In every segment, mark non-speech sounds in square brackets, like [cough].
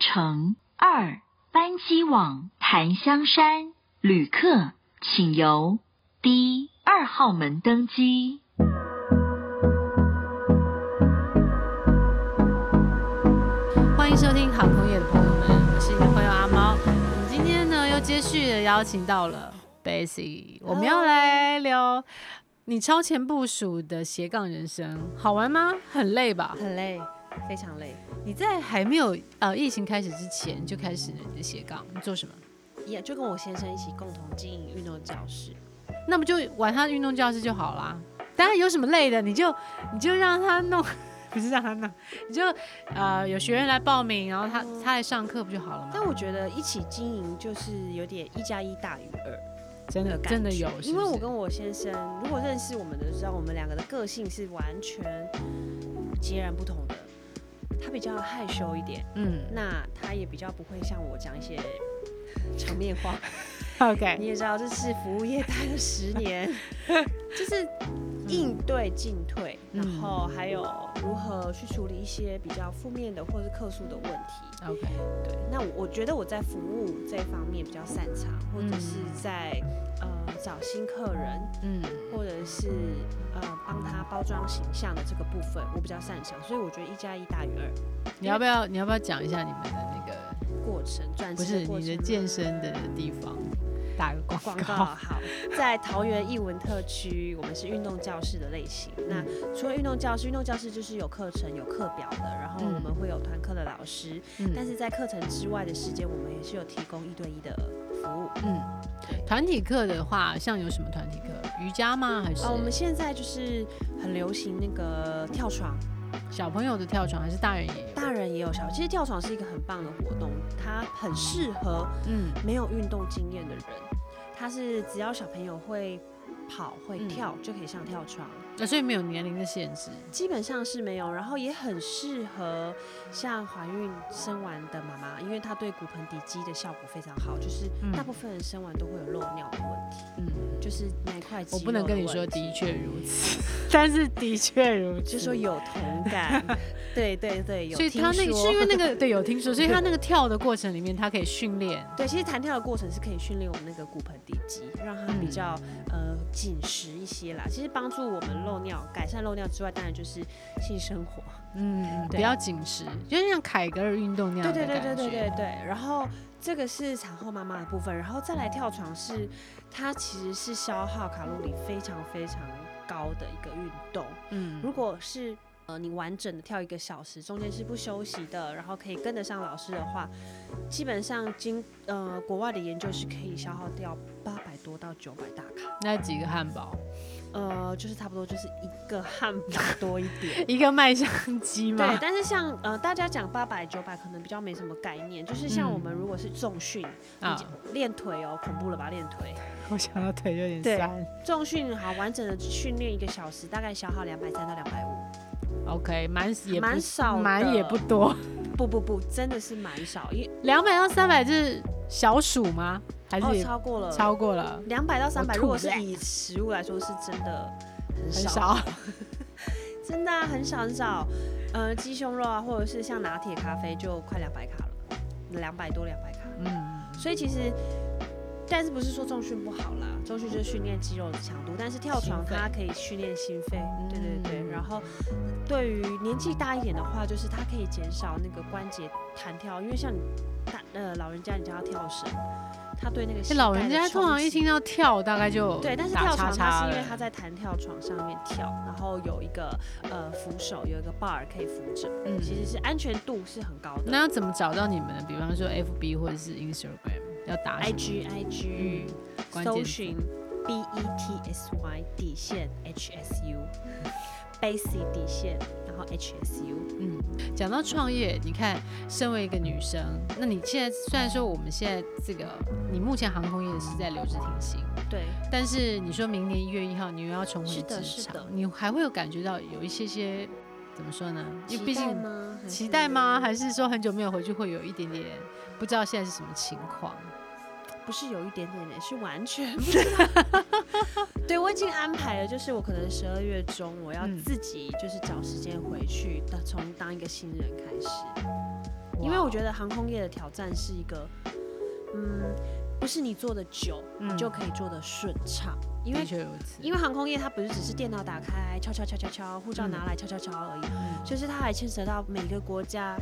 乘二班机往檀香山，旅客请由 D 二号门登机。欢迎收听航空业的朋友们，我是你的朋友阿猫。我们今天呢又接续的邀请到了 Bessy，我们要来聊你超前部署的斜杠人生，好玩吗？很累吧？很累，非常累。你在还没有呃疫情开始之前就开始了你的斜杠，你做什么？也就跟我先生一起共同经营运动教室，那不就玩他的运动教室就好啦。当然有什么累的，你就你就让他弄， [laughs] 不是让他弄，你就呃有学员来报名，然后他他来上课不就好了吗？但我觉得一起经营就是有点一加一大于二真的的感觉真的有，是因不为我是跟我先生如果认识我们的，知道我们两个的个性是完全截然不同的。他比较害羞一点， [laughs] 嗯那他也比较不会像我讲一些 [laughs] 场面话。 OK 你也知道，这是服务业待了十 [laughs] 年，就是应对进退，嗯然后还有如何去处理一些比较负面的或是客诉的问题。 OK，对，那我我觉得我在服务这方面比较擅长，或者是嗯在呃找新客人，嗯或者是呃帮他包装形象的这个部分，我比较擅长，所以我觉得一加一大于二，你要不要你要不要讲一下你们的那个过程转不职是过你的程健身的地方打个广广告告？好，在桃园艺文特区，我们是运动教室的类型。嗯那除了运动教室，运动教室就是有课程、有课表的，然后嗯我们会有团课的老师。嗯但是在课程之外的时间，我们也是有提供一对一的服务。嗯，团体课的话，像有什么团体课？瑜伽吗？还是哦，我们现在就是很流行那个跳床，小朋友的跳床，还是大人也有？大人也有小。其实跳床是一个很棒的活动，它很适合嗯没有运动经验的人。它是只要小朋友会跑会嗯跳、就可以上跳床。那所以没有年龄的限制。基本上是没有，然后也很适合像怀孕生完的妈妈，因为她对骨盆底肌的效果非常好，就是嗯大部分人生完都会有漏尿的问题，嗯，就是那一块肌我肉不能跟你的说问题的确如此，但是的确如此。就说有同 [laughs] 感，对对对，有所以听他 [laughs] 那个说是因为那个对有听说，所以他那个跳的过程里面，他可以训练。对，其实弹跳的过程是可以训练我们那个骨盆底肌，让它比较、嗯呃紧实一些啦。其实帮助我们漏尿、改善漏尿之外，当然就是性生活。嗯，对比较紧实，就是像凯格尔运动那样对的对感对觉。对对对对。然后这个是产后妈妈的部分，然后再来跳床是，它其实是消耗卡路里非常非常高的一个运动。嗯如果是呃你完整的跳一个小时，中间是不休息的，然后可以跟得上老师的话，基本上经呃国外的研究是可以消耗掉八百多到九百大卡，那几个汉堡，呃就是差不多就是一个汉堡多一点。 [laughs] 一个麦香鸡对嘛，，但是像呃，大家讲八百、九百可能比较没什么概念，就是像嗯我们如果是重训，啊你练腿哦，恐怖了吧？练腿， [laughs] 我想到腿有对点酸。重训好完整的训练一个小时，大概消耗两百三到两百五， OK，蛮也不蛮少的蛮也不多，不不不，真的是蛮少，因两百到三百是小数吗？还哦是也超过了，超过了？两百到三百，我吐如果是了以食物来说，是真的很很少，少。真的、啊、很少很少，呃，鸡胸肉啊，或者是像拿铁咖啡就快两百卡了，两百多两百卡。嗯，所以其实，但是不是说重训不好啦，重训就是训练肌肉的强度，但是跳床心肺它可以训练心肺，对对嗯对。然后对于年纪大一点的话，就是它可以减少那个关节弹跳，因为像你大呃老人家，你叫他跳绳，他对那个 [laughs] 膝哎，盖的老人家通常一听冲击。到跳，大概就对，但是打跳叉床叉它是因了为他在弹跳床上面跳，然后有一个呃扶手，有一个 bar 可以扶着，嗯其实是安全度是很高的那。要怎么找到你们呢？比方说 FB 或者是 Instagram，要打什 I 么嗯 G I G，、关键搜字寻 B E T S Y 底线 H S U [laughs] Basic 底线，然后 H S U。嗯，讲到创业，你看，身为一个女生，那你现在虽然说我们现在这个，你目前航空业是在留职停薪，对，但是你说明年一月一号你又要重回是的职是的场，你还会有感觉到有一些些怎么说呢？因为毕期待竟吗？还期是待吗？还是说很久没有回去会有一点点不知道现在是什么情况？不是有一点点的，是完全不知道。 [laughs] 对我已经安排了，就是我可能十二月中我要嗯自己就是找时间回去，当从当一个新人开始。因为我觉得航空业的挑战是一个，嗯，不是你做的久，嗯你就可以做的顺畅，因为的。确如此，因为为航空业它不是只是电脑打开敲敲敲敲敲，护照拿来敲敲敲而已，嗯就是它还牵扯到每个国家，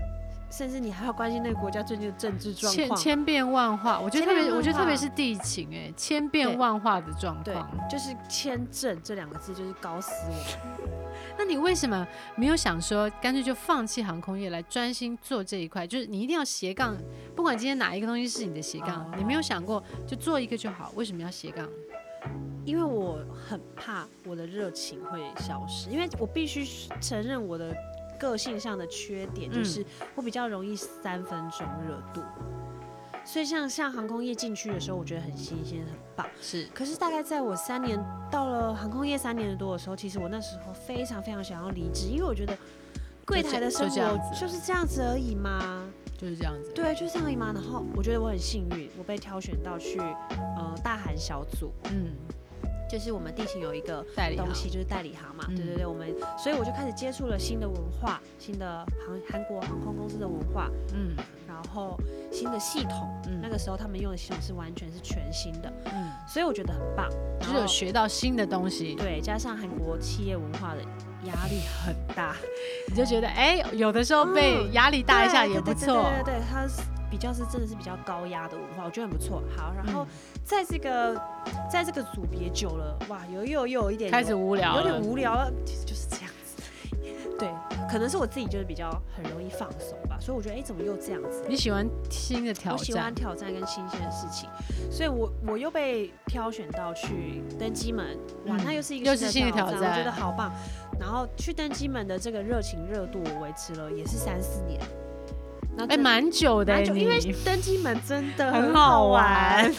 甚至你还要关心那个国家最近的政治状千况。千变万化，我觉得特千变别，万我觉得特别化是地勤、哎，千变对万化的状对况。，就是签证这两个字就是搞死我们。那你为什么没有想说，干脆就放弃航空业来专心做这一块？就是你一定要斜杠，不管今天哪一个东西是你的斜杠哦，你没有想过就做一个就好，为什么要斜杠？因为我很怕我的热情会消失，因为我必须承认我的个性上的缺点就是我比较容易三分钟热度，所以像像航空业进去的时候，我觉得很新鲜很棒。是可是大概在我三年到了航空业三年多的时候，其实我那时候非常非常想要离职，因为我觉得柜台的生就这样活子就是这样子而已嘛。就是这样子。对，就这样而已嘛。然后我觉得我很幸运，我被挑选到去呃大韩小组，嗯，就是我们地勤有一个代理行东西就是代理行嘛，嗯对对对，我们所以我就开始接触了新的文化，新的航韩国航空公司的文化，嗯然后新的系统，嗯那个时候他们用的系统是完全是全新的，嗯，所以我觉得很棒，就然是后有学到新的东西，对，加上韩国企业文化的压力很大，你就觉得哎、有的时候被嗯压力 [laughs] 大一下也不对错。对对对对对，它是比较是真的是比较高压的文化，我觉得很不错。好，然后嗯在这个在这个组别久了，哇，有又又有一点嗯开始无聊有点了，无聊了，其实就是这样子。 [laughs] 对，可能是我自己就是比较很容易放松吧，所以我觉得哎、诶怎么又这样子？你喜欢新的挑我喜欢战，挑战跟新鲜的事情，所以我我又被挑选到去登机门，哇，嗯那又是一又个是新的挑挑我觉战得好棒。然后去登机门的这个热情热度，我维持了也是三四年，那哎，真的蛮久的、蛮欸，久，你因为登机门真的很好好 [laughs] 玩。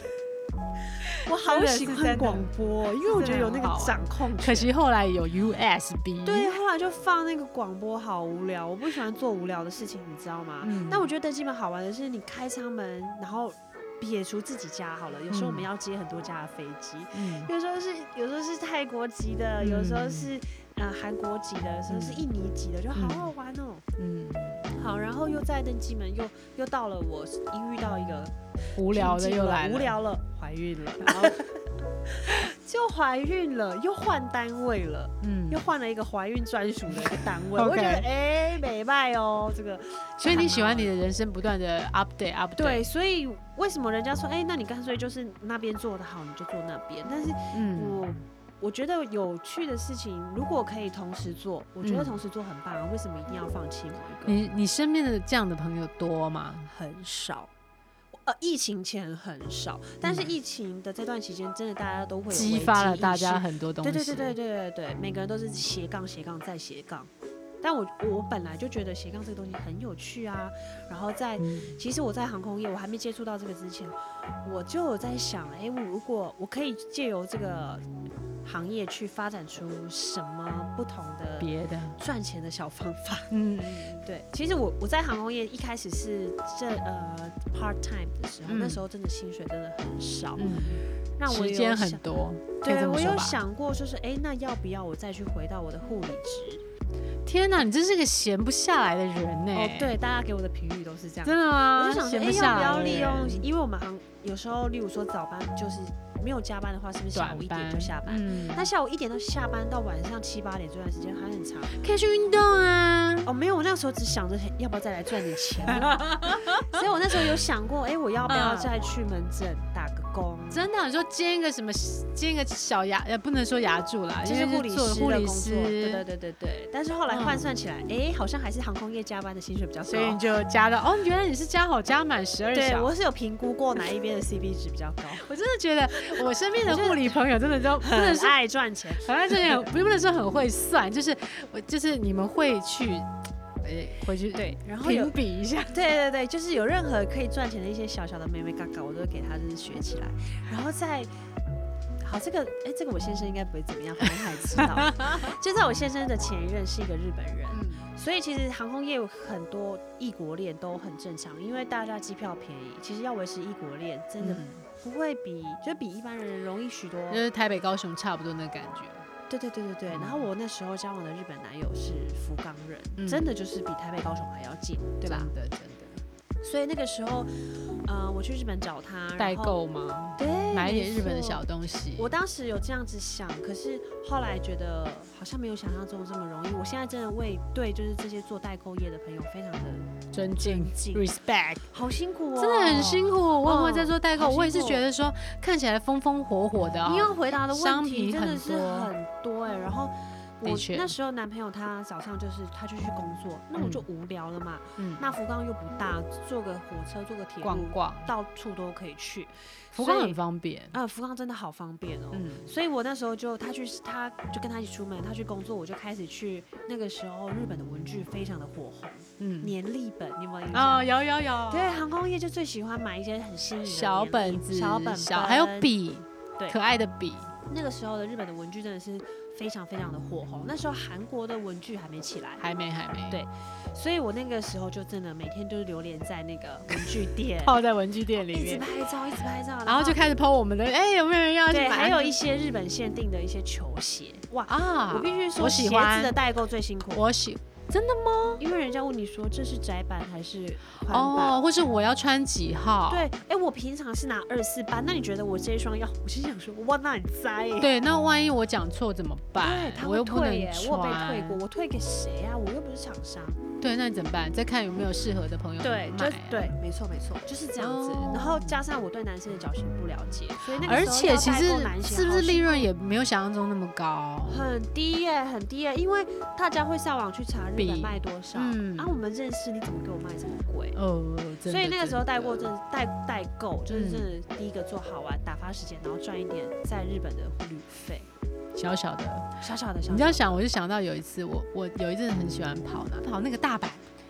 我好真的是喜真的欢广播，因为我觉得有那真的很好玩个掌控可权。惜后来有 USB。对，，啊后来就放那个广播，好无聊，我不喜欢做无聊的事情，你知道吗？嗯那我觉得登机门好玩的是，你开舱门，然后撇除自己家好了，有时候我们嗯要接很多家的飞机，嗯有时候是有时候是泰国籍的，有时候嗯是呃韩国籍的，有时候是嗯印尼籍的，就好嗯好玩哦。嗯，好，然后又在登机门，又又到了我一遇到一个无聊的瓶颈又了来了，无聊了，怀孕了， [laughs] 然后就怀孕了，又换单位了。 [laughs] 嗯又，换了一个怀孕专属的一个单位， OK 我觉得哎，美卖哦，这个所以你喜欢你的人生不断的 update update。对，，所以为什么人家说哎，那你干脆就是那边做的好，你就做那边？但是嗯，我我觉得有趣的事情，如果可以同时做，我觉得嗯同时做很棒，啊，为什么一定要放弃某一个？你你身边的这样的朋友多吗？很少。呃，疫情前很少，但是嗯疫情的这段期间，真的大家都会有激危发机了意大识家很多东西。对对对对对对对，每个人都是斜杠斜杠再斜杠。但我我本来就觉得斜杠这个东西很有趣啊，然后在、嗯其实我在航空业我还没接触到这个之前，我就有在想，哎，我如果我可以借由这个行业去发展出什么不同的别的，赚钱的小方法。 [laughs] 嗯，对，其实我我在航空业一开始是这呃 part time 的时候，嗯那时候真的薪水真的很少，嗯，那我时有间很想多，可以对这么我说有吧。想过，就是哎、诶那要不要我再去回到我的护理职？天哪，你真是个闲不下来的人呢。哦，，对，大家给我的评语都是这样。真的吗我就？想说，啊闲哎、下要不来要的利人用？因为我们行有时候，例如说早班，就是没有加班的话，是不是下短午一点班就下班？嗯，那下午一点到下班到晚上七八点这段时间还很长可以去运动啊。哦，没有，我那时候只想着要不要再来赚点钱，啊 [laughs] 所以我那时候有想过，哎、我要不要嗯再去门诊打个工？真的，你说兼一个什么，兼一个小牙，呃，不能说牙柱啦，就是因为护理做师护的理工师作，，对对对对对。但是后来嗯换算起来，哎、好像还是航空业加班的薪水比较高。所以你就加到哦，原来你是加好加满十二对小时。我是有评估过哪一边的 CP 值比较高，我真的觉得 [laughs] 我身边的护理朋友真的都不能很说，爱赚钱。好像真的不不能说很会算，就是我就是你们会去，呃，回去对，然后有评比一下，对对对，就是有任何可以赚钱的一些小小的妹妹嘎嘎，我都会给她就是学起来，然后再。好，这个哎，这个我先生应该不会怎么样，反正他也 [laughs] 知道。就在我先生的前一任是一个日本人，嗯，所以其实航空业很多异国恋都很正常，因为大家机票便宜，其实要维持异国恋真的嗯不会比就比一般人容易许多。就是台北、高雄差不多那感觉。对对对对对。然后我那时候交往的日本男友是福冈人，嗯真的就是比台北、高雄还要近，对吧？真的真的。所以那个时候，呃，我去日本找他，然代后购吗？对，买一点没日本的错小东西。我当时有这样子想，可是后来觉得好像没有想象中这么容易。我现在真的为对就是这些做代购业的朋友非常的尊敬尊敬，respect，好辛苦哦，真的很辛苦。苦。我也会在做代好购，辛苦我也是觉得说看起来风风火火的啊你，要回答的问商题品真的很是多很多哎、然后。我的确那时候男朋友他早上就是他就去工作，那我就无聊了嘛。嗯，那福冈又不大，坐个火车，坐个铁路逛，逛，到处都可以去。福冈所以很方便。啊、福冈真的好方便哦。嗯，所以我那时候就他去，他就跟他一起出门，他去工作，我就开始去。那个时候日本的文具非常的火红，嗯，年历本你有没有印象？哦，有有有，对，航空业就最喜欢买一些很新颖的小年历本子，小本小本还有。笔，对可爱的笔，那个时候的日本的文具真的是非常非常的火红，那时候韩国的文具还没起来，还没还没，，对所以我那个时候就真的每天就是流连在那个文具店 [laughs] 泡在文具店里一直面，拍照，一直拍照，然后就开始抛我们的，哎，有没有人要去对，买？还有一些日本限定的一些球鞋，哇，啊，我必须说我鞋喜子的欢，代购最辛苦，我喜因为人家问你说这是窄版还是宽版。哦，或是我要穿几号？对，哎、我平常是拿二四八，那你觉得我这一双要？我心想说，哇，那很栽耶。对，那万一我讲错怎么办对，？他我会又不能退耶，我有被退穿过，。我退给谁啊？我又不是厂商。对，那你怎么办？再看有没有适合的朋友对，就买啊。对，没错没错，就是这样子。哦然后加上我对男生的脚型不了解，所以那个而时候且要其代实购男鞋是不好是辛利苦润也没有想象中那么高？ [laughs] 很低耶、很低耶、因为大家会上网去查日本比卖多少，嗯啊，我们认识你怎么给我卖这么贵？哦，真所以的那个时候真代的购真的代代购就是嗯真的第一个做好玩打发时间，然后赚一点在日本的旅费，小小的，小小的小小的。你这样想，我就想到有一次，我我有一阵很喜欢跑呢，跑那个大阪，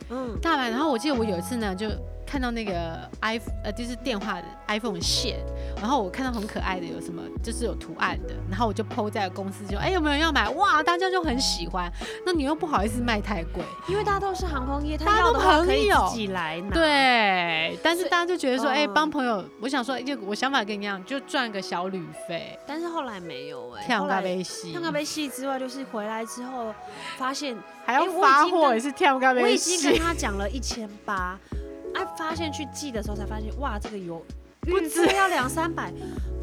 嗯，大阪。然后我记得我有一次呢，就看到那个 iPhone，呃，就是电话的 iPhone 线，然后我看到很可爱的，有什么就是有图案的，然后我就 PO 在公司就，哎有没有人要买？哇，大家就很喜欢。那你又不好意思卖太贵，因为大家都是航空业，他大家要都的话可朋以友自己来拿。，对，但是所以大家就觉得说，嗯哎、帮朋友，我想说，就我想法跟你一样，就赚个小旅费，但是后来没有哎、跳后咖来啡西，跳咖啡系之外，就是回来之后发现还哎要我已经发货跟也是跳咖我啡已经跟西，他讲了一千八，哎，发现去寄的时候才发现，哇，这个油不运止费要两三百，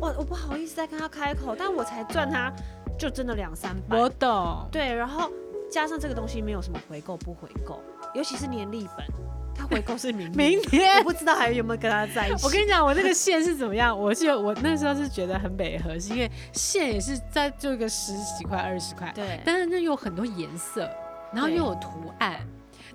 我我不好意思再跟他开口，但我才赚他就真的两三百我，懂， [laughs] 对，然后加上这个东西没有什么回购不回购，尤其是年历本，他回购是明明年天 [laughs] 我。不知道还有没有跟他在一起。我跟你讲，我那个线是怎么样？我是我那时候是觉得很美合，是因为线也是在就个十几块、二十块，对，但是那有很多颜色，然后对又有图案，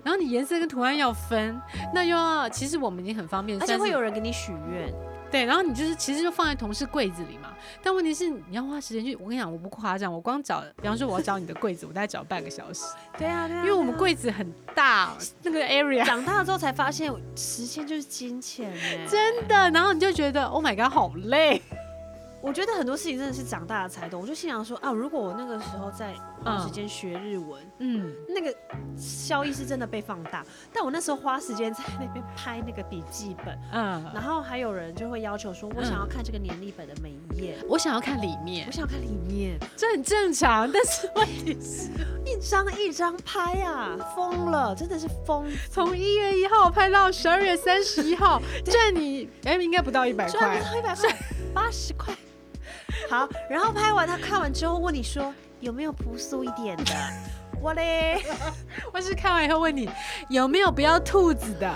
然后你颜色跟图案要分，那又要其实我们已经很方便，而且算是会有人给你许愿，对，然后你就是其实就放在同事柜子里嘛，但问题是你要花时间去，我跟你讲，我不夸张，我光找，比方说我要找你的柜子，我大概找半个小时，对啊，对啊，因为我们对啊。柜子很大，那个 area [laughs] 长大了之后才发现，时间就是金钱哎、真的，然后你就觉得 Oh my god，好累，我觉得很多事情真的是长大了才懂。我就心想说啊，如果我那个时候在花时间学日文，嗯，那个效益是真的被放大。但我那时候花时间在那边拍那个笔记本，嗯，然后还有人就会要求说，我想要看这个年历本的每一页，我想要看里面我，想看里面，这很正常，但是问题是一张一张拍呀、啊，疯了，真的是疯。从一月一号拍到十二月三十一号，赚你哎应该不到一百赚块不，到一百块，八十块。好，然后拍完他看完之后问你说有没有朴素一点的？我嘞，或是看完以后问你有没有不要兔子的，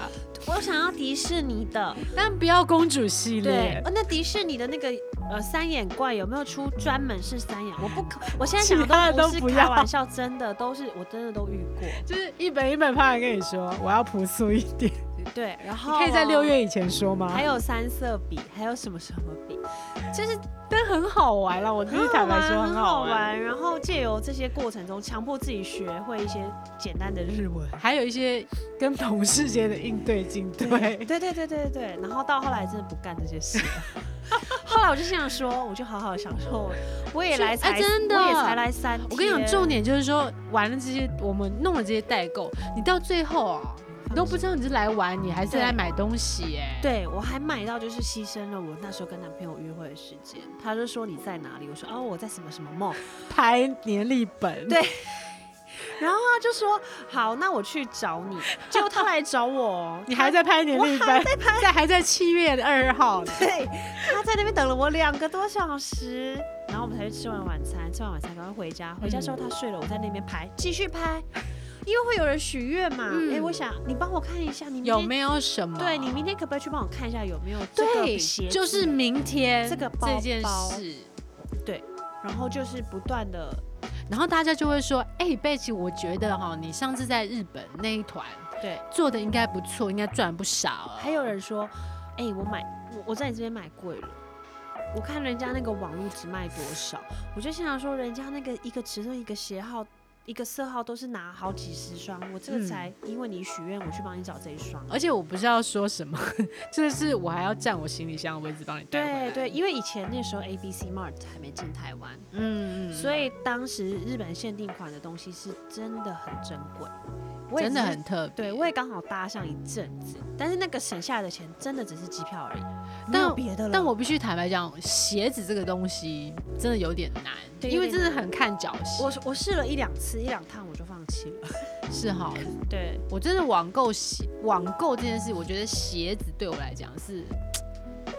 我想要迪士尼的。但不要公主系对列，。哦那迪士尼的那个呃三眼怪有没有出专门是三眼？我不可，我现在其想他的的都都不不是要开玩笑，真的都是我真的都遇过。就是一本一本拍来跟你说，我要朴素一点。对，然你后可以在六，月以前说吗？还，有三色笔，还有什么什么笔，就是但很好玩啦，我必须很好坦白玩，说很好好。玩。然后借由这些过程中，强迫自己学会一些简单的日文。还有一些跟同事间的应对进 [laughs] 退，对对对对对，然后到后来真的不干这些事了。 [laughs] 后来我就这样说，我就好好享受。我也来哎才，真的我也才来三天。我跟你讲，重点就是说，玩了这些，我们弄了这些代购，你到最后啊，都不知道你是来玩，你还是来买东西哎、对我还买到就是牺牲了我那时候跟男朋友约会的时间。他就说你在哪里？我说哦我在什么什么梦。拍年历本，，对然后他就说好，那我去找你。结果他来找我哦你还在拍年历我本，在还在七月二号呢。对，他在那边等了我两个多小时，然后我们才去吃完晚餐，吃完晚餐赶快回家。回家之后他睡了，我在那边拍，继续拍，因为会有人许愿嘛。哎、嗯我想你帮我看一下，你明天有没有什么？对你明天可不可以去帮我看一下有没有这对个鞋，子就是明天这个包这件包事，然后就是不断的然后大家就会说：“哎、贝奇，我觉得哈，你上次在日本那一团对，做的应该不错，应该赚不少哦。”还有人说，哎、我买我我在你这边买贵了。我看人家那个网络只卖多少，我就心想说，人家那个一个尺寸、一个鞋号、一个色号都是拿好几十双，我这嗯哦个才因为你许愿，我去帮你找这一双。啊而且我不知道说什么， [laughs] 这是我还要占我行李箱的位置帮你带回对来。对，因为以前那时候 A B C Mart 还没进台湾，嗯，嗯，所以以当时日本限定款的东西是真的很珍贵，我也真的只是很特别。对，我也刚好搭上一阵子，但是那个省下来的钱真的只是机票而已，没但有别的了。但我必须坦白讲，鞋子这个东西真的有点难，对因为有真点的难很看脚型。我我试了一两次，一两趟我就放弃 [laughs] 了。是哈，对，我真的网购鞋，网购这件事，我觉得鞋子对我来讲是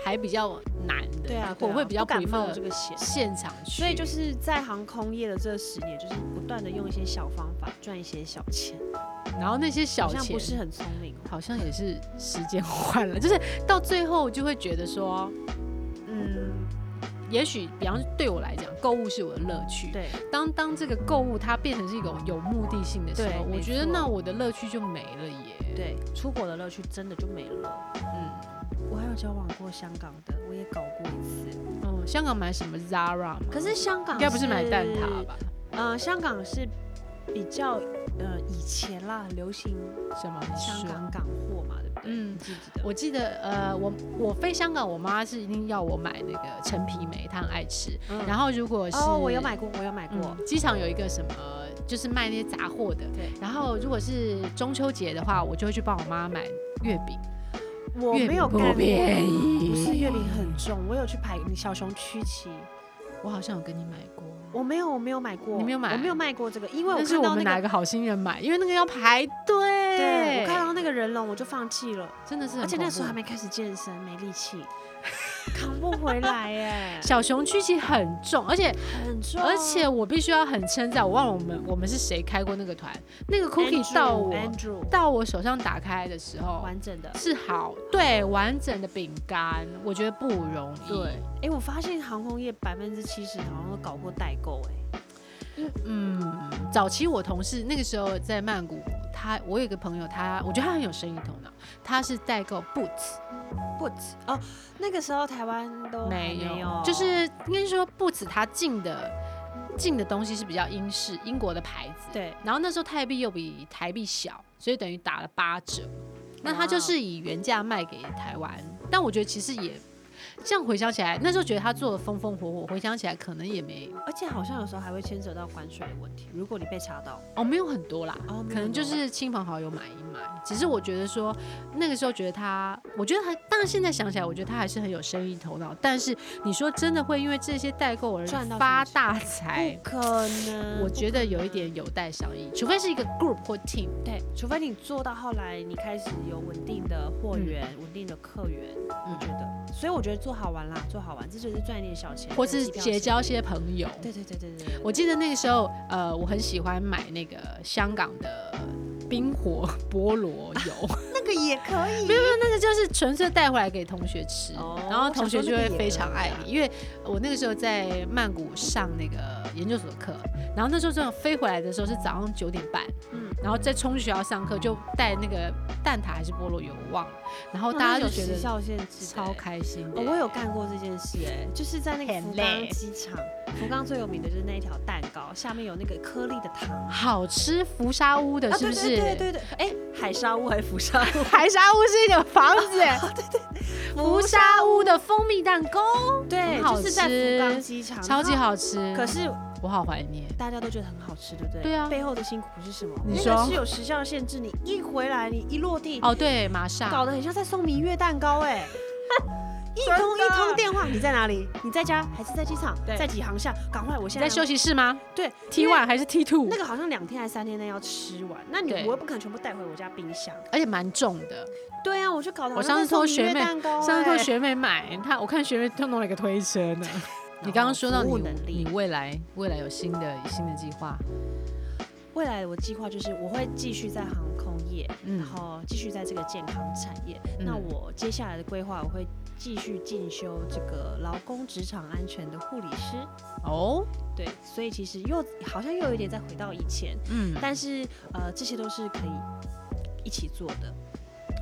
还比较难的，对啊，我会比较不敢 prefer 碰这个鞋。现场去，所以就是在航空业的这十年，就是不断的用一些小方法赚一些小钱，然后那些小好像钱不是很聪明。哦好像也是时间换 [laughs] 了，就是到最后就会觉得说，嗯，也许比方对我来讲，购物是我的乐趣。对当当这个购物它变成是一个有目的性的时候，对我没觉得错那我的乐趣就没了耶。，对，出国的乐趣真的就没了。嗯我还有交往过香港的，我也搞过一次，嗯，香港买什么 Zara 吗？可是香港应该不是买蛋挞吧？呃，香港是比较呃以前啦，很流行什么？香你说港港货嘛，对不对？啊嗯你记不记得？我记得，呃，我我飞香港，我妈是一定要我买那个陈皮梅，她很爱吃。嗯然后如果是哦，我有买过，我有买过。嗯，机场有一个什么，就是卖那些杂货的。对，然后如果是中秋节的话，我就会去帮我妈买月饼，我月没饼有不干便宜不是月饼很重，我有去排小熊曲奇，我好像有跟你买过，我没有，我没有买过，你没有买我没有卖过这个，因为我但是看我到们哪那一个个，好心人买，因为那个要排队。对我看到那个人龙我就放弃了，真的是很恐怖，而且那时候还没开始健身，没力气，扛不回 [laughs] 来耶，小熊曲奇很重，而且很重，而且我必须要很称赞，我忘了我们我们是谁开过那个团，那个 cookie 到我 Andrew, Andrew 到我手上打开的时候完整的。是好对完整的饼干，我觉得不容易。对，哎、我发现航空业百分之七十好像都搞过代购、哎，嗯，早期我同事那个时候在曼谷，他我有一个朋友他，我觉得他很有生意头脑，他是代购 Boots，不止哦，那个时候台湾都还有，哦没有，就是应该是说 Boots 他进的进的东西是比较英式英国的牌子，。对，然后那时候泰币又比台币小，所以等于打了八折。那他哇就是以原价卖给台湾，但我觉得其实也这样回想起来，那时候觉得他做的风风火火，回想起来可能也没而且好像有时候还会牵扯到关税的问题，如果你被查到，哦，没有很多啦，哦没有可能就很多是亲朋好友买一买。只是我觉得说，那个时候觉得他，我觉得他，当然现在想起来，我觉得他还是很有生意头脑。但是你说真的会因为这些代购而赚到发什么钱大财不，可能，我不觉可得有一能点有待商议，除非是一个 group 或 team。对，除非你做到后来，你开始有稳定的货源、稳定的客源，嗯我觉得，所以我觉得做好玩啦，做好玩，这就是赚一点小钱，或跟是机票结钱。交些朋友。对对对对对对，我记得那个时候，呃，我很喜欢买那个香港的冰火菠萝 [laughs] 油，那个也可以，那个就是纯粹带回来给同学吃，哦然后同学就会非常爱我想说那个你，因为呃我那个时候在曼谷上那个研究所的课，然后那时候这样飞回来的时候是早上九点半，嗯，然后再冲去学校上课，就带那个蛋挞还是菠萝油，我忘了，然后那大家那就有觉时得效限制的超欸。开心的哦，我有干过这件事哎、就是在那个很福累冈机场，福冈最有名的就是那一条蛋糕，下面有那个颗粒的糖，好吃福沙屋的，啊是不是？对对 [laughs] 对对对，哎、海沙屋还是福沙屋？海沙屋是一个房子，福 [laughs] 福沙屋的蜂蜜蛋糕，对很，好就是在福冈吃机场，超级然后好吃。可是我好怀念。大家都觉得很好吃，对不对？对啊背后的辛苦是什么？你那说个是有时效限制，你一回来，你一落地，哦，对，玛莎，搞得很像在送蜜月蛋糕哎、 [laughs] 一真通的一通电话，你在哪里？你在家还是在机场？对在几航下？赶快，我你现在在休。息室吗对？T 因为 one 还是 T two？那个好像两天还三天内要吃完，那你对我又不可能全部带回我家冰箱。而且蛮重的。对啊，我就搞得我好上像次在送托蜜学月妹蛋糕、上次哎托学妹买，她我看学妹就弄了一个推车 [laughs] 呢。你刚刚说到服务你能力你未来未来有新的新的计划，未来我计划就是我会继续在航空业，嗯然后继续在这个健康产业。嗯那我接下来的规划，我会继续进修这个劳工职场安全的护理师。哦，对，所以其实又好像又有一点再回到以前，嗯，但是呃，这些都是可以一起做的。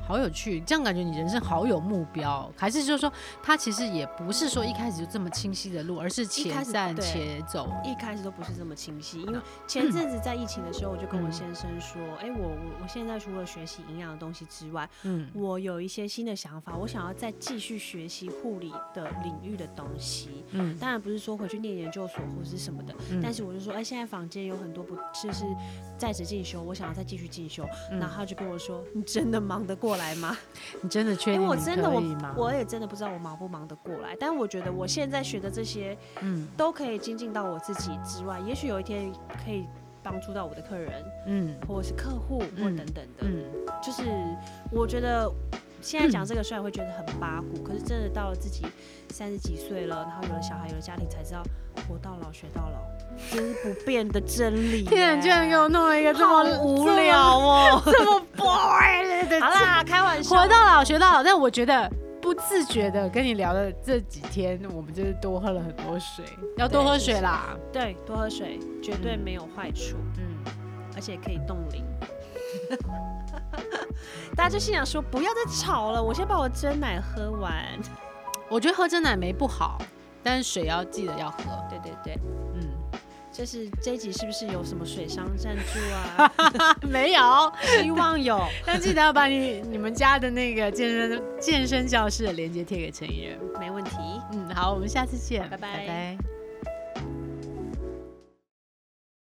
好有趣，这样感觉你人生好有目标，还是就是说他其实也不是说一开始就这么清晰的路，而是且开始战对且走，一开始都不是这么清晰，因为前阵子在疫情的时候，我就跟我啊嗯先生说，哎、我我我现在除了学习营养的东西之外，嗯，我有一些新的想法，我想要再继续学习护理的领域的东西。嗯，当然不是说回去念研究所或是什么的，嗯但是我就说，哎、现在房间有很多不就是在职进修，我想要再继续进修。嗯然后他就跟我说：“你真的忙得过来吗？” [laughs] 你真的确因定为你我可真的我以吗？我也真的不知道我忙不忙得过来，但我觉得我现在学的这些嗯都可以精进到我自己之外，也许有一天可以帮助到我的客人嗯或者是客户或嗯等等的。嗯，就是我觉得现在讲这个虽然会觉得很八股，可是真的到了自己三十几岁了，然后有了小孩有了家庭，才知道活到老学到老，这是不变的真理、 [laughs] 天啊然居然给我弄了一个这好么无聊哦！这么这么 boring 的 [laughs] 好啦， [laughs] 开玩笑，活到老学到老，但我觉得不自觉的跟你聊的这几天，我们就是多喝了很多水，要多对喝谢水谢啦。对多喝水绝对嗯没有坏处。嗯，而且可以冻 [laughs] 龄。大家就心想说：“不要再吵了，我先把我真奶喝完。我觉得喝真奶没不好，但是水要记得要喝。” [laughs] [laughs] 对对对，嗯，就是这一集是不是有什么水商赞助 [laughs] 啊？没有，希望有。嗯 [laughs] 但记得要把你你们家的那个健身健身教室的链接贴给陈怡人。没问题。嗯，好，我们下次见，拜拜拜拜